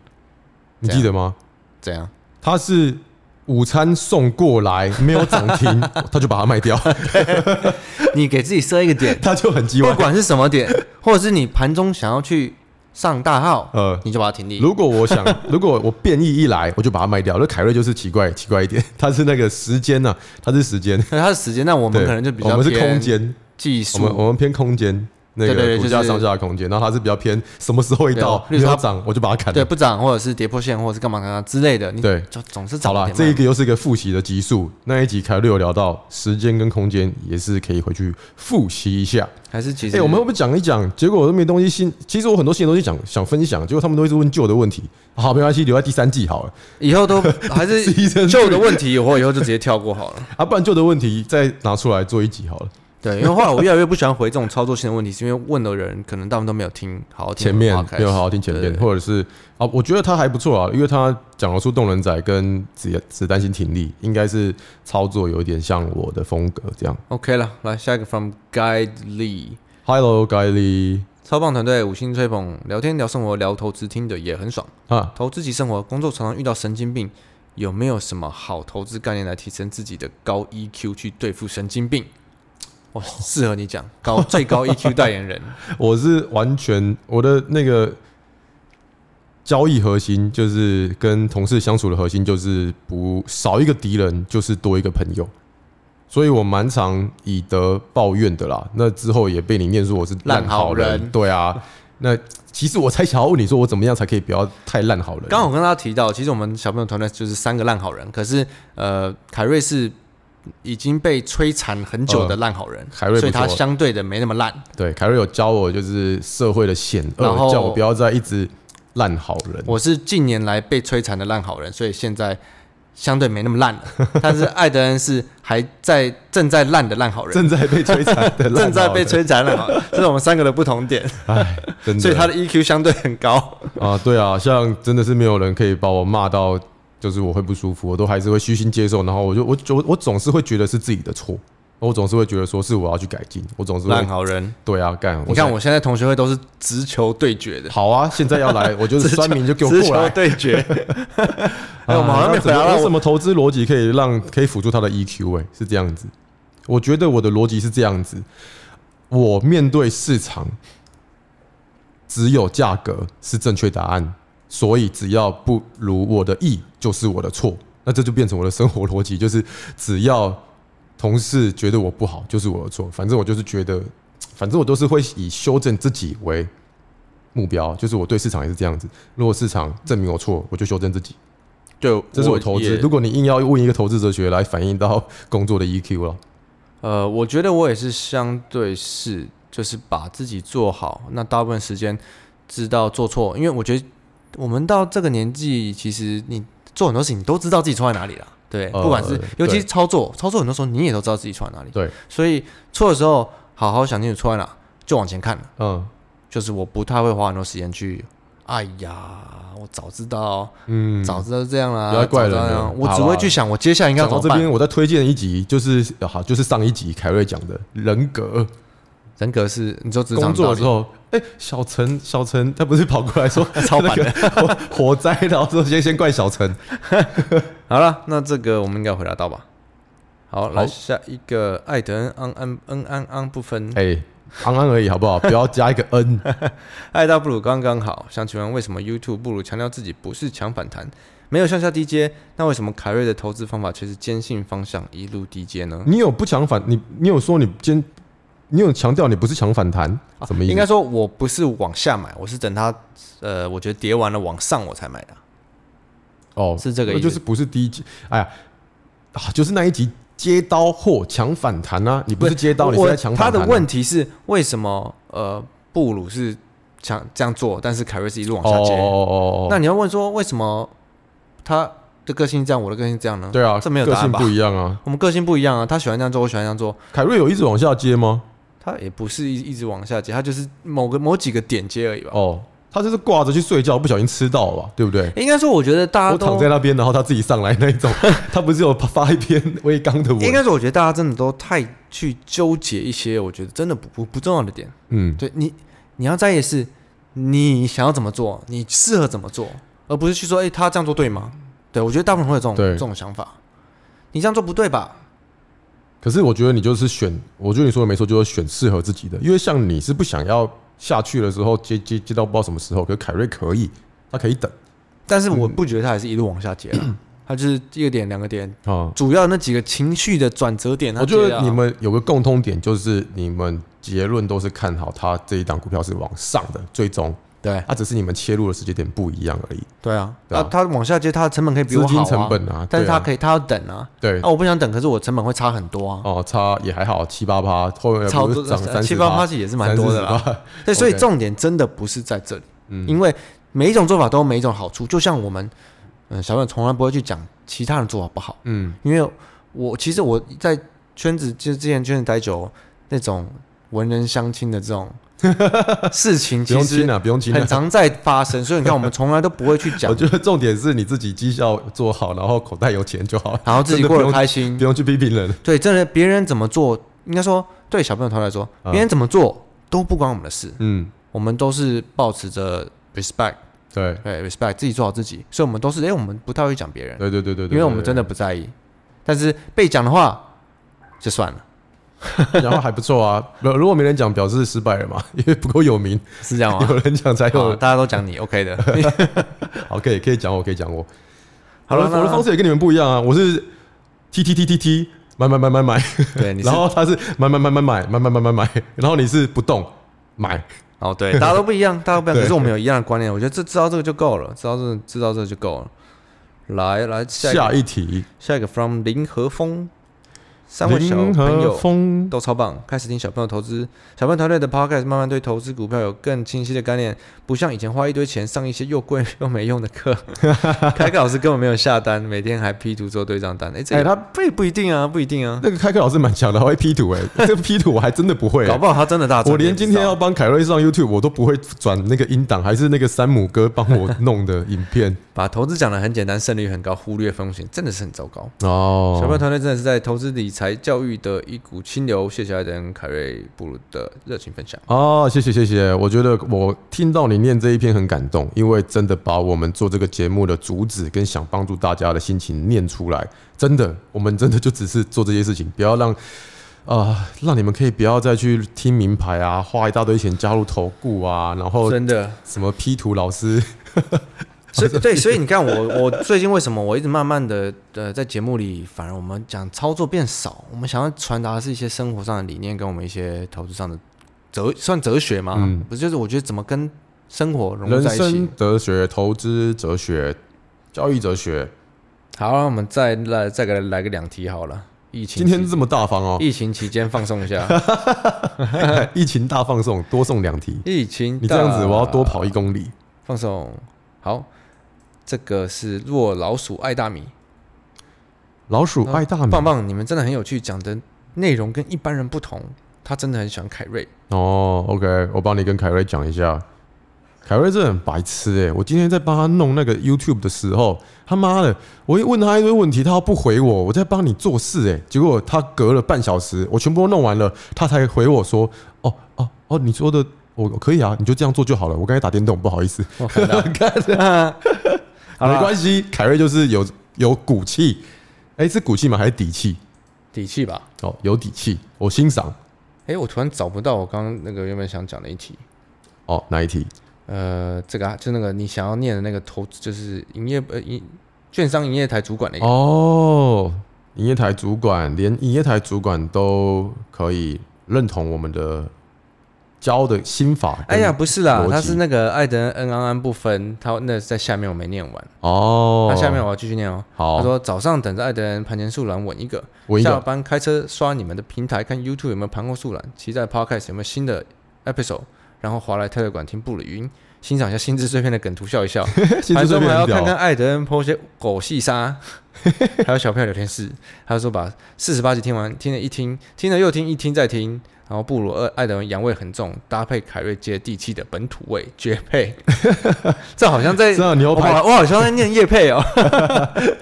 Speaker 2: 你
Speaker 1: 怎样
Speaker 2: 记得吗？
Speaker 1: 怎样？
Speaker 2: 他是。午餐送过来没有涨
Speaker 1: [LAUGHS]
Speaker 2: 停，他就把它卖掉，，
Speaker 1: 你给自己设一个点
Speaker 2: 他就很鸡
Speaker 1: 不
Speaker 2: 歪。
Speaker 1: 管是什么点，或者是你盘中想要去上大号，
Speaker 2: 呃，
Speaker 1: 你就把它停利。
Speaker 2: 如果我想， [LAUGHS] 如果我变异一来，我就把它卖掉。那凯瑞就是奇怪，奇怪一点，它是那个时间呐、它是时间，
Speaker 1: 可是它的时间，那我们
Speaker 2: 对，哦
Speaker 1: 可能就比较
Speaker 2: 我们是
Speaker 1: 偏
Speaker 2: 空间，
Speaker 1: 技
Speaker 2: 我们
Speaker 1: 术。
Speaker 2: 我们偏空间，那
Speaker 1: 对对对
Speaker 2: 个股价
Speaker 1: 就是
Speaker 2: 上下的空间，然后它是比较偏什么时候一到
Speaker 1: 对
Speaker 2: 没
Speaker 1: 例如说
Speaker 2: 有
Speaker 1: 它
Speaker 2: 涨，我就把它砍
Speaker 1: 对，
Speaker 2: 了。
Speaker 1: 不涨或者是跌破线，或者是干嘛干嘛之类的，你
Speaker 2: 对
Speaker 1: 就总是
Speaker 2: 好
Speaker 1: 找
Speaker 2: 啦，
Speaker 1: 点嘛
Speaker 2: 这一个又是一个复习的集数。那一集凯瑞有聊到时间跟空间，也是可以回去复习一下。
Speaker 1: 还是其
Speaker 2: 哎、
Speaker 1: 实
Speaker 2: 我们会不会讲一讲？结果我都没东西新，其实我很多新的东西想想分享，结果他们都一直问旧的问题。好，没关系，留在第三季好了。
Speaker 1: 以后
Speaker 2: [LAUGHS]
Speaker 1: 都还是
Speaker 2: Season
Speaker 1: 旧的问题，我以后就直接跳过好了。
Speaker 2: 啊，不然旧的问题再拿出来做一集好了。
Speaker 1: 对，因为后来我越来越不喜欢回这种操作性的问题，是因为问的人可能大部分都没有听好好听
Speaker 2: 前面
Speaker 1: 我的 podcast
Speaker 2: 没有好好听前
Speaker 1: 对
Speaker 2: 面
Speaker 1: 对，对
Speaker 2: 或者是啊，我觉得他还不错啊，因为他讲得出动人仔跟只只担心挺力，应该是操作有一点像我的风格这样。
Speaker 1: OK 了，来下一个 from Guide Lee。
Speaker 2: Hello, Guy
Speaker 1: 超棒团队，五星吹捧，聊天聊生活聊投资，听的也很爽。
Speaker 2: Lee 啊，
Speaker 1: 投资及生活，工作常常遇到神经病，有没有什么好投资概念来提升自己的高 EQ 去对付神经病？哇，适合你讲高最高 EQ 代言人。
Speaker 2: 我是完全我的那个交易核心就是跟同事相处的核心就是不少一个敌人就是多一个朋友。所以我蛮常以德报怨的啦，那之后也被你念说我是烂好
Speaker 1: 烂好
Speaker 2: 人，
Speaker 1: 人
Speaker 2: 对啊。那其实我才想要问你说，我怎么样才可以不要太烂好人？
Speaker 1: 刚好我跟大家提到，其实我们小朋友团队就是三个烂好人，可是呃，凯瑞是已经被摧残很久的烂好人，
Speaker 2: 哦凯瑞不
Speaker 1: 所以
Speaker 2: 错
Speaker 1: 他相对的没那么烂。
Speaker 2: 对凯瑞有教我就是社会的险
Speaker 1: 然后
Speaker 2: 恶，叫我不要再一直烂好人。
Speaker 1: 我是近年来被摧残的烂好人，所以现在相对没那么烂
Speaker 2: [LAUGHS]
Speaker 1: 了。但是艾德恩是还在正在烂的烂好人，
Speaker 2: 正在被摧残的烂好人，
Speaker 1: 正在被摧残烂好人，这是我们三个的不同
Speaker 2: [LAUGHS]
Speaker 1: 点，
Speaker 2: 哎，真的。
Speaker 1: E 所以他的 EQ 相对很高。
Speaker 2: 啊，对啊，像真的是没有人可以把我骂到就是我会不舒服，我都还是会虚心接受，然后我就我我我总是会觉得是自己的错，我总是会觉得说是我要去改进，我总是
Speaker 1: 烂
Speaker 2: 会
Speaker 1: 好人。
Speaker 2: 对啊干，
Speaker 1: 你看我现在同学会都是直球对决的，
Speaker 2: 好啊，现在要来，
Speaker 1: [LAUGHS]
Speaker 2: 我就是
Speaker 1: 直球
Speaker 2: 酸民就给我
Speaker 1: 直
Speaker 2: 过
Speaker 1: 球
Speaker 2: 来。
Speaker 1: 对决。
Speaker 2: [LAUGHS]
Speaker 1: 哎，我们好像没有
Speaker 2: 怎
Speaker 1: 回
Speaker 2: 么
Speaker 1: 答
Speaker 2: 有
Speaker 1: 到
Speaker 2: 什
Speaker 1: 我。
Speaker 2: 么投资逻辑可以让可以辅助他的 EQ？哎、是这样子。我觉得我的逻辑是这样子：我面对市场，只有价格是正确答案，所以只要不如我的意，就是我的错。那这就变成我的生活逻辑，就是只要同事觉得我不好，就是我的错。反正我就是觉得，反正我都是会以修正自己为目标，就是我对市场也是这样子。如果市场证明我错，我就修正自己。
Speaker 1: 对，
Speaker 2: 这是我投资。
Speaker 1: 也
Speaker 2: 如果你硬要问一个投资哲学来反映到工作的 E EQ 了，
Speaker 1: 呃，我觉得我也是相对是，就是把自己做好。那大部分时间知道做错，因为我觉得我们到这个年纪，其实你做很多事情你都知道自己错在哪里了。对，
Speaker 2: 呃
Speaker 1: 不管是尤其
Speaker 2: 对
Speaker 1: 是操作，操作很多时候你也都知道自己错在哪里。
Speaker 2: 对，
Speaker 1: 所以错的时候好好想清楚错在哪，就往前看了。
Speaker 2: 嗯
Speaker 1: 就是我不太会花很多时间去，哎呀，我早知道，
Speaker 2: 嗯，
Speaker 1: 早知道这样啦，
Speaker 2: 不要怪人
Speaker 1: 早
Speaker 2: 啊
Speaker 1: 知道这
Speaker 2: 了
Speaker 1: 样我
Speaker 2: 好
Speaker 1: 只会
Speaker 2: 啦
Speaker 1: 去想我接下来应该
Speaker 2: 讲
Speaker 1: 怎
Speaker 2: 到
Speaker 1: 么
Speaker 2: 这
Speaker 1: 办
Speaker 2: 边，。我再推荐一集，就是呃好，就是上一集凯瑞讲的人格
Speaker 1: 人格是，你说职场
Speaker 2: 工作
Speaker 1: 道
Speaker 2: 的
Speaker 1: 理
Speaker 2: 时候。哎、小陈，小陈，他不是跑过来说
Speaker 1: [LAUGHS] 超烦的
Speaker 2: [LAUGHS] 那个火火灾，然后说先先怪小陈。
Speaker 1: 好了，那这个我们应该回答到吧？好，来
Speaker 2: 好
Speaker 1: 下一个，艾德恩安安恩安安不分，
Speaker 2: 哎、安安而已，好不好？不要加一个 N。
Speaker 1: 爱到不如刚刚好。想请问为什么 YouTube 不如强调自己不是强反弹，没有向下低阶？那为什么凯瑞的投资方法却是坚信方向一路低阶呢？
Speaker 2: 你有不强反，你你有说你坚，你有强调你不是强反弹，什么意思？
Speaker 1: 应该说我不是往下买，我是等它呃，我觉得跌完了往上我才买的。
Speaker 2: 哦，
Speaker 1: 是这个
Speaker 2: 那
Speaker 1: 意
Speaker 2: 就
Speaker 1: 思
Speaker 2: 是不是第一集？哎呀，啊，就是那一集接刀或强反弹啊！你不是接刀，你是
Speaker 1: 我
Speaker 2: 在强
Speaker 1: 他
Speaker 2: 反弹、
Speaker 1: 的
Speaker 2: 啊。
Speaker 1: 问题是为什么呃布鲁是强这样做，但是凯瑞是一路往下接？
Speaker 2: 哦哦哦哦，
Speaker 1: 那你要问说为什么他的个性这样，我的个性这样呢？
Speaker 2: 对啊，
Speaker 1: 这没有
Speaker 2: 个
Speaker 1: 答案
Speaker 2: 性
Speaker 1: 吧
Speaker 2: 不一样啊。
Speaker 1: 我们个性不一样啊，他喜欢这样做，我喜欢这样做，
Speaker 2: 凯瑞有一直往下接吗？
Speaker 1: 他也不是一一直往下接，他就是某个某几个点接而已吧。
Speaker 2: 哦，他就是挂着去睡觉，不小心吃到了吧，对不对？
Speaker 1: 应该说，我觉得大家
Speaker 2: 我躺
Speaker 1: 都
Speaker 2: 在那边，然后他自己上来那
Speaker 1: [LAUGHS]
Speaker 2: 一种，他不是有发一篇微刚的
Speaker 1: 应
Speaker 2: 文？
Speaker 1: 该说，我觉得大家真的都太去纠结一些，我觉得真的不不不重要的点。
Speaker 2: 嗯，
Speaker 1: 对你，你要在意的是你想要怎么做，你适合怎么做，而不是去说，哎、他这样做对吗？对我觉得大部分人会有这种
Speaker 2: 对
Speaker 1: 这种想法，你这样做不对吧？
Speaker 2: 可是我觉得你就是选，我觉得你说的没错，就是选适合自己的。因为像你是不想要下去的时候接接接到不知道什么时候，可是凯瑞可以，他可以等
Speaker 1: 但是我
Speaker 2: 嗯
Speaker 1: 不觉得他还是一路往下接了， [CLEARS THROAT] 他就是一个点、两个点，
Speaker 2: 啊。
Speaker 1: 主要那几个情绪的转折点，他
Speaker 2: 我觉
Speaker 1: 接
Speaker 2: 得
Speaker 1: 啊
Speaker 2: 你们有个共通点，就是你们结论都是看好它这一档股票是往上的，最终啊
Speaker 1: 对
Speaker 2: 它、只是你们切入的时间点不一样而已，
Speaker 1: 对啊，
Speaker 2: 对
Speaker 1: 那
Speaker 2: 啊
Speaker 1: 他往下接，他的成本可以比
Speaker 2: 资
Speaker 1: 我好
Speaker 2: 金
Speaker 1: 啊，
Speaker 2: 成本啊，
Speaker 1: 但是
Speaker 2: 对
Speaker 1: 他
Speaker 2: 啊
Speaker 1: 可以，他要等啊，
Speaker 2: 对
Speaker 1: 啊，我不想等，可是我成本会差很多啊，
Speaker 2: 哦，差也还好，七八趴，后面
Speaker 1: 超
Speaker 2: 不
Speaker 1: 多呃
Speaker 2: 是涨三
Speaker 1: 七八趴其实也是蛮多的啦。
Speaker 2: 啦。
Speaker 1: 对，所以
Speaker 2: OK
Speaker 1: 重点真的不是在这里，
Speaker 2: 嗯
Speaker 1: 因为每一种做法都有每一种好处，就像我们，嗯，小阮从来不会去讲其他人做法不好，
Speaker 2: 嗯，
Speaker 1: 因为我其实我在圈子就之前圈子待久，那种文人相亲的这
Speaker 2: [LAUGHS]
Speaker 1: 种事情，
Speaker 2: 不
Speaker 1: 其
Speaker 2: 用
Speaker 1: 实
Speaker 2: 亲啊了，不用亲
Speaker 1: 很
Speaker 2: 了。
Speaker 1: 常在发生，所以你看我们从来都不会去讲
Speaker 2: [LAUGHS] 我，觉得重点是你自己绩效做好，然后口袋有钱就好了，
Speaker 1: 然后自己
Speaker 2: 真的
Speaker 1: 过
Speaker 2: 不
Speaker 1: 得
Speaker 2: 用
Speaker 1: 开心
Speaker 2: 不，用去批评人。
Speaker 1: [LAUGHS] 对，真的别人怎么做，应该说对小朋友团来说，
Speaker 2: 嗯
Speaker 1: 别人怎么做都不关我们的事，
Speaker 2: 嗯，
Speaker 1: 我们都是保持着 respect，
Speaker 2: 对，
Speaker 1: 对 respect 自己做好自己，所以我们都是哎、诶我们不太会讲别人，
Speaker 2: 对对对对对，
Speaker 1: 因为我们
Speaker 2: 对
Speaker 1: 真的不在意，但是被讲的话就算了，
Speaker 2: 然后还不错啊。如如果没人讲，表示失败了嘛，因为不够有名，
Speaker 1: 是这样吗
Speaker 2: 有？人讲才 [LAUGHS] 有
Speaker 1: 好，大家都讲你 OK
Speaker 2: [LAUGHS]
Speaker 1: 的，
Speaker 2: 好，可以可以讲我，可以讲我。
Speaker 1: 好
Speaker 2: 好
Speaker 1: 了
Speaker 2: 了，我的
Speaker 1: 那
Speaker 2: 方式也跟你们不一样啊，我是 T T T T T 买买买买买，
Speaker 1: 对，你是
Speaker 2: 然后他是买买买买买买买买买买，然后你是不动买，
Speaker 1: 哦，对，大家都不一样，大家都不一样，
Speaker 2: 对
Speaker 1: 可是我们有一样的观念，我觉得这知道这个就够了，知道这知道这个就够了。来来，下一个
Speaker 2: 下一题，
Speaker 1: 下一个 from 林和峰，三位小朋友
Speaker 2: 风
Speaker 1: 都超棒，开始听小朋友投资小朋友团队的 podcast，慢慢对投资股票有更清晰的概念，不像以前花一堆钱上一些又贵又没用的 [LAUGHS] 课。开个老师根本没有下单，每天还 P 图做对账单。哎、这
Speaker 2: 哎
Speaker 1: 也
Speaker 2: 他
Speaker 1: 不不一定啊，不一定啊，
Speaker 2: 那个开课老师蛮强的，还会 P 图哎、这个 P 图我还真的不会、欸
Speaker 1: 搞不好他真的大赚。
Speaker 2: 我连今天要帮凯瑞上 YouTube，我都不会转那个音档，还是那个山姆哥帮我弄的影
Speaker 1: [LAUGHS]
Speaker 2: 片
Speaker 1: 把投资讲的很简单，胜率很高，忽略风险，真的是很糟糕。
Speaker 2: 哦
Speaker 1: 小朋友团队真的是在投资理财教育的一股清流。谢谢艾登、凯瑞、布鲁的热情分享。
Speaker 2: 哦，谢谢谢谢，我觉得我听到你念这一篇很感动，因为真的把我们做这个节目的主旨跟想帮助大家的心情念出来，真的，我们真的就只是做这些事情，不要让啊、让你们可以不要再去听名牌啊，花一大堆钱加入投顾啊，然后
Speaker 1: 真的，
Speaker 2: 什么 P 图老师，
Speaker 1: 所 [LAUGHS] 以对，所以你看我，我最近为什么我一直慢慢的呃，在节目里，反而我们讲操作变少，我们想要传达的是一些生活上的理念，跟我们一些投资上的哲算哲学吗？
Speaker 2: 嗯
Speaker 1: 不是，就是我觉得怎么跟生活融入
Speaker 2: 人
Speaker 1: 在一
Speaker 2: 生
Speaker 1: 起。
Speaker 2: 哲学、投资哲学、教育哲学，
Speaker 1: 好，那我们再来再给来个两题好了。疫情
Speaker 2: 今天
Speaker 1: 期
Speaker 2: 这么大
Speaker 1: [LAUGHS]
Speaker 2: 方哦，
Speaker 1: 疫情期间放松一 [LAUGHS] 下，
Speaker 2: 疫情大放送，多送两题，
Speaker 1: 疫情
Speaker 2: 你这样子
Speaker 1: 大
Speaker 2: 我要多跑一公里。
Speaker 1: 放松。好，这个是若老鼠爱大米，
Speaker 2: 老鼠爱大米，
Speaker 1: 棒棒，你们真的很有趣，讲的内容跟一般人不同。他真的很喜欢凯瑞，
Speaker 2: 哦，OK，我帮你跟凯瑞讲一下。凯瑞真的很白痴哎、我今天在帮他弄那个 YouTube 的时候，他妈的，我一问他一堆问题，他都不回我，我在帮你做事哎、结果他隔了半小时，我全部都弄完了，他才回我说，哦哦哦，你说的我我可以啊，你就这样做就好了。我刚才打电动，不好意思，
Speaker 1: 我 [LAUGHS] 看到好啦
Speaker 2: 没关系。凯瑞就是有有骨气，哎、是骨气吗？还是底气？
Speaker 1: 底气吧。
Speaker 2: 哦，有底气，我欣赏。
Speaker 1: 哎、我突然找不到我刚刚那个原本想讲的一题。
Speaker 2: 哦，哪一题？
Speaker 1: 呃，这个啊，就那个你想要念的那个投，就是营业呃营券商营业台主管那个。
Speaker 2: 哦，营业台主管，连营业台主管都可以认同我们的教的心法
Speaker 1: 哎
Speaker 2: 跟。
Speaker 1: 呀，不是啦
Speaker 2: 逻，辑
Speaker 1: 他是那个艾德恩安安不分，他那在下面我没念完，
Speaker 2: 哦，
Speaker 1: 那下面我要继续念哦。他
Speaker 2: 好，
Speaker 1: 说早上等着艾德恩盘前速览稳一个，
Speaker 2: 我一
Speaker 1: 下
Speaker 2: 个
Speaker 1: 班开车刷你们的平台，看 YouTube 有没有盘后速览，期待 Podcast 有没有新的 episode，然后划来泰勒馆听布鲁云，欣赏一下心智碎片的梗图，笑一笑。
Speaker 2: 薪
Speaker 1: 盘
Speaker 2: 资这
Speaker 1: 中还
Speaker 2: 边
Speaker 1: 要
Speaker 2: 很
Speaker 1: 看看
Speaker 2: 屌。
Speaker 1: 艾德恩剖些狗戏
Speaker 2: [LAUGHS]
Speaker 1: 沙，还有小票聊天室。他说把四十八集听完，听了一听，听了又听，一听再听。然后布鲁二艾德恩洋味很重，搭配凯瑞接地气的本土味，绝
Speaker 2: [LAUGHS]
Speaker 1: 配。这好像在
Speaker 2: 这样牛
Speaker 1: 我
Speaker 2: 排
Speaker 1: 哎好
Speaker 2: [LAUGHS]
Speaker 1: 我好像在念叶配哦。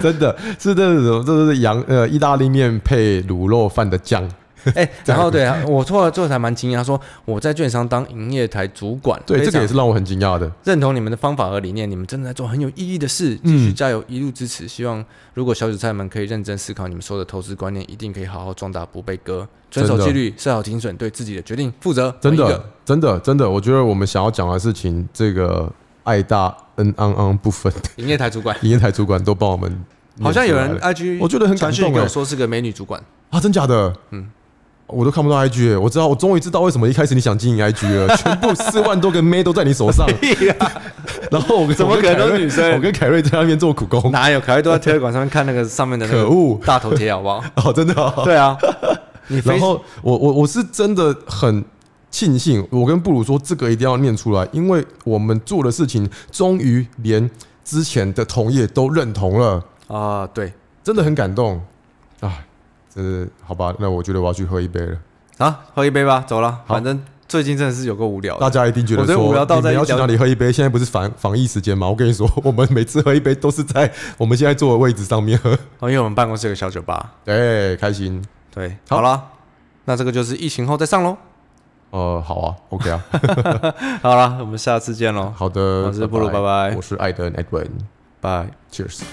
Speaker 2: 真的是这种，这是洋呃意大利面配卤肉饭的酱。
Speaker 1: 哎、然后对啊，我做了之后才蛮惊讶，他说我在券商当营业台主管，
Speaker 2: 对，
Speaker 1: 非
Speaker 2: 这个
Speaker 1: 常
Speaker 2: 也是让我很惊讶的。
Speaker 1: 认同你们的方法和理念，你们真的在做很有意义的事，继
Speaker 2: 嗯
Speaker 1: 续加油，一路支持。希望如果小韭菜们可以认真思考你们说的投资观念，一定可以好好壮大，不被割，遵守
Speaker 2: 真
Speaker 1: 纪
Speaker 2: 的
Speaker 1: 律，设好停损，对自己的决定负责。
Speaker 2: 真
Speaker 1: 每一
Speaker 2: 的 [LAUGHS]
Speaker 1: 个，
Speaker 2: 真的，真的，我觉得我们想要讲的事情，这个爱大恩昂昂不分， [LAUGHS]
Speaker 1: 营业台主管，
Speaker 2: 营业台主管都帮我们
Speaker 1: [LAUGHS]
Speaker 2: 念出来了。
Speaker 1: 好像有人 IG，
Speaker 2: 我觉得很
Speaker 1: 传
Speaker 2: 感
Speaker 1: 讯
Speaker 2: 动
Speaker 1: 跟
Speaker 2: 哎
Speaker 1: 我，说是个美女主
Speaker 2: [LAUGHS]
Speaker 1: 管，
Speaker 2: 啊，真假的？嗯，我都看不到 IG，、欸、我知道，我终于知道为什么一开始你想经营 IG
Speaker 1: [LAUGHS]
Speaker 2: 了，全部四万多个妹都在你手上，然后我跟
Speaker 1: 怎么
Speaker 2: 我跟
Speaker 1: 可能都
Speaker 2: 凯
Speaker 1: 是
Speaker 2: 瑞
Speaker 1: 女生
Speaker 2: 我跟凯瑞 [LAUGHS] 在那边做苦工，
Speaker 1: 哪有？可爱都在推特馆上面看那个上面的那
Speaker 2: 可
Speaker 1: 个
Speaker 2: 恶！
Speaker 1: 大头贴，好不好？
Speaker 2: [LAUGHS] 哦，真的、哦。
Speaker 1: 对啊，你
Speaker 2: 然
Speaker 1: face-
Speaker 2: 后我我我是真的很庆幸，我跟布鲁说这个一定要念出来，因为我们做的事情终于连之前的同业都认同了，
Speaker 1: 啊，对，
Speaker 2: 真的很感动啊！真的好吧，那我觉得我要去喝一杯了。
Speaker 1: 好，啊喝一杯吧，走了。
Speaker 2: 好
Speaker 1: 反正最近真的是有够无聊的
Speaker 2: 大。家一定觉得
Speaker 1: 我觉得
Speaker 2: 说，
Speaker 1: 无聊到
Speaker 2: 你
Speaker 1: 在
Speaker 2: 们要去
Speaker 1: 聊
Speaker 2: 哪里喝一杯？现在不是防防疫时间吗？我跟你说， [LAUGHS] 我们每次喝一杯都是在 [LAUGHS] 我们现在坐的位置上面喝，
Speaker 1: 哦，因为我们办公室有个小酒吧。
Speaker 2: [LAUGHS] 对，开心。
Speaker 1: 对，
Speaker 2: 好
Speaker 1: 好了，那这个就是疫情后再上喽。
Speaker 2: 呃，好啊，OK 啊，
Speaker 1: 好了，我们下次见喽，
Speaker 2: [LAUGHS] 好的，
Speaker 1: 我是布鲁拜拜
Speaker 2: 我是艾登 Edwin，Cheers。
Speaker 1: 拜。
Speaker 2: Cheers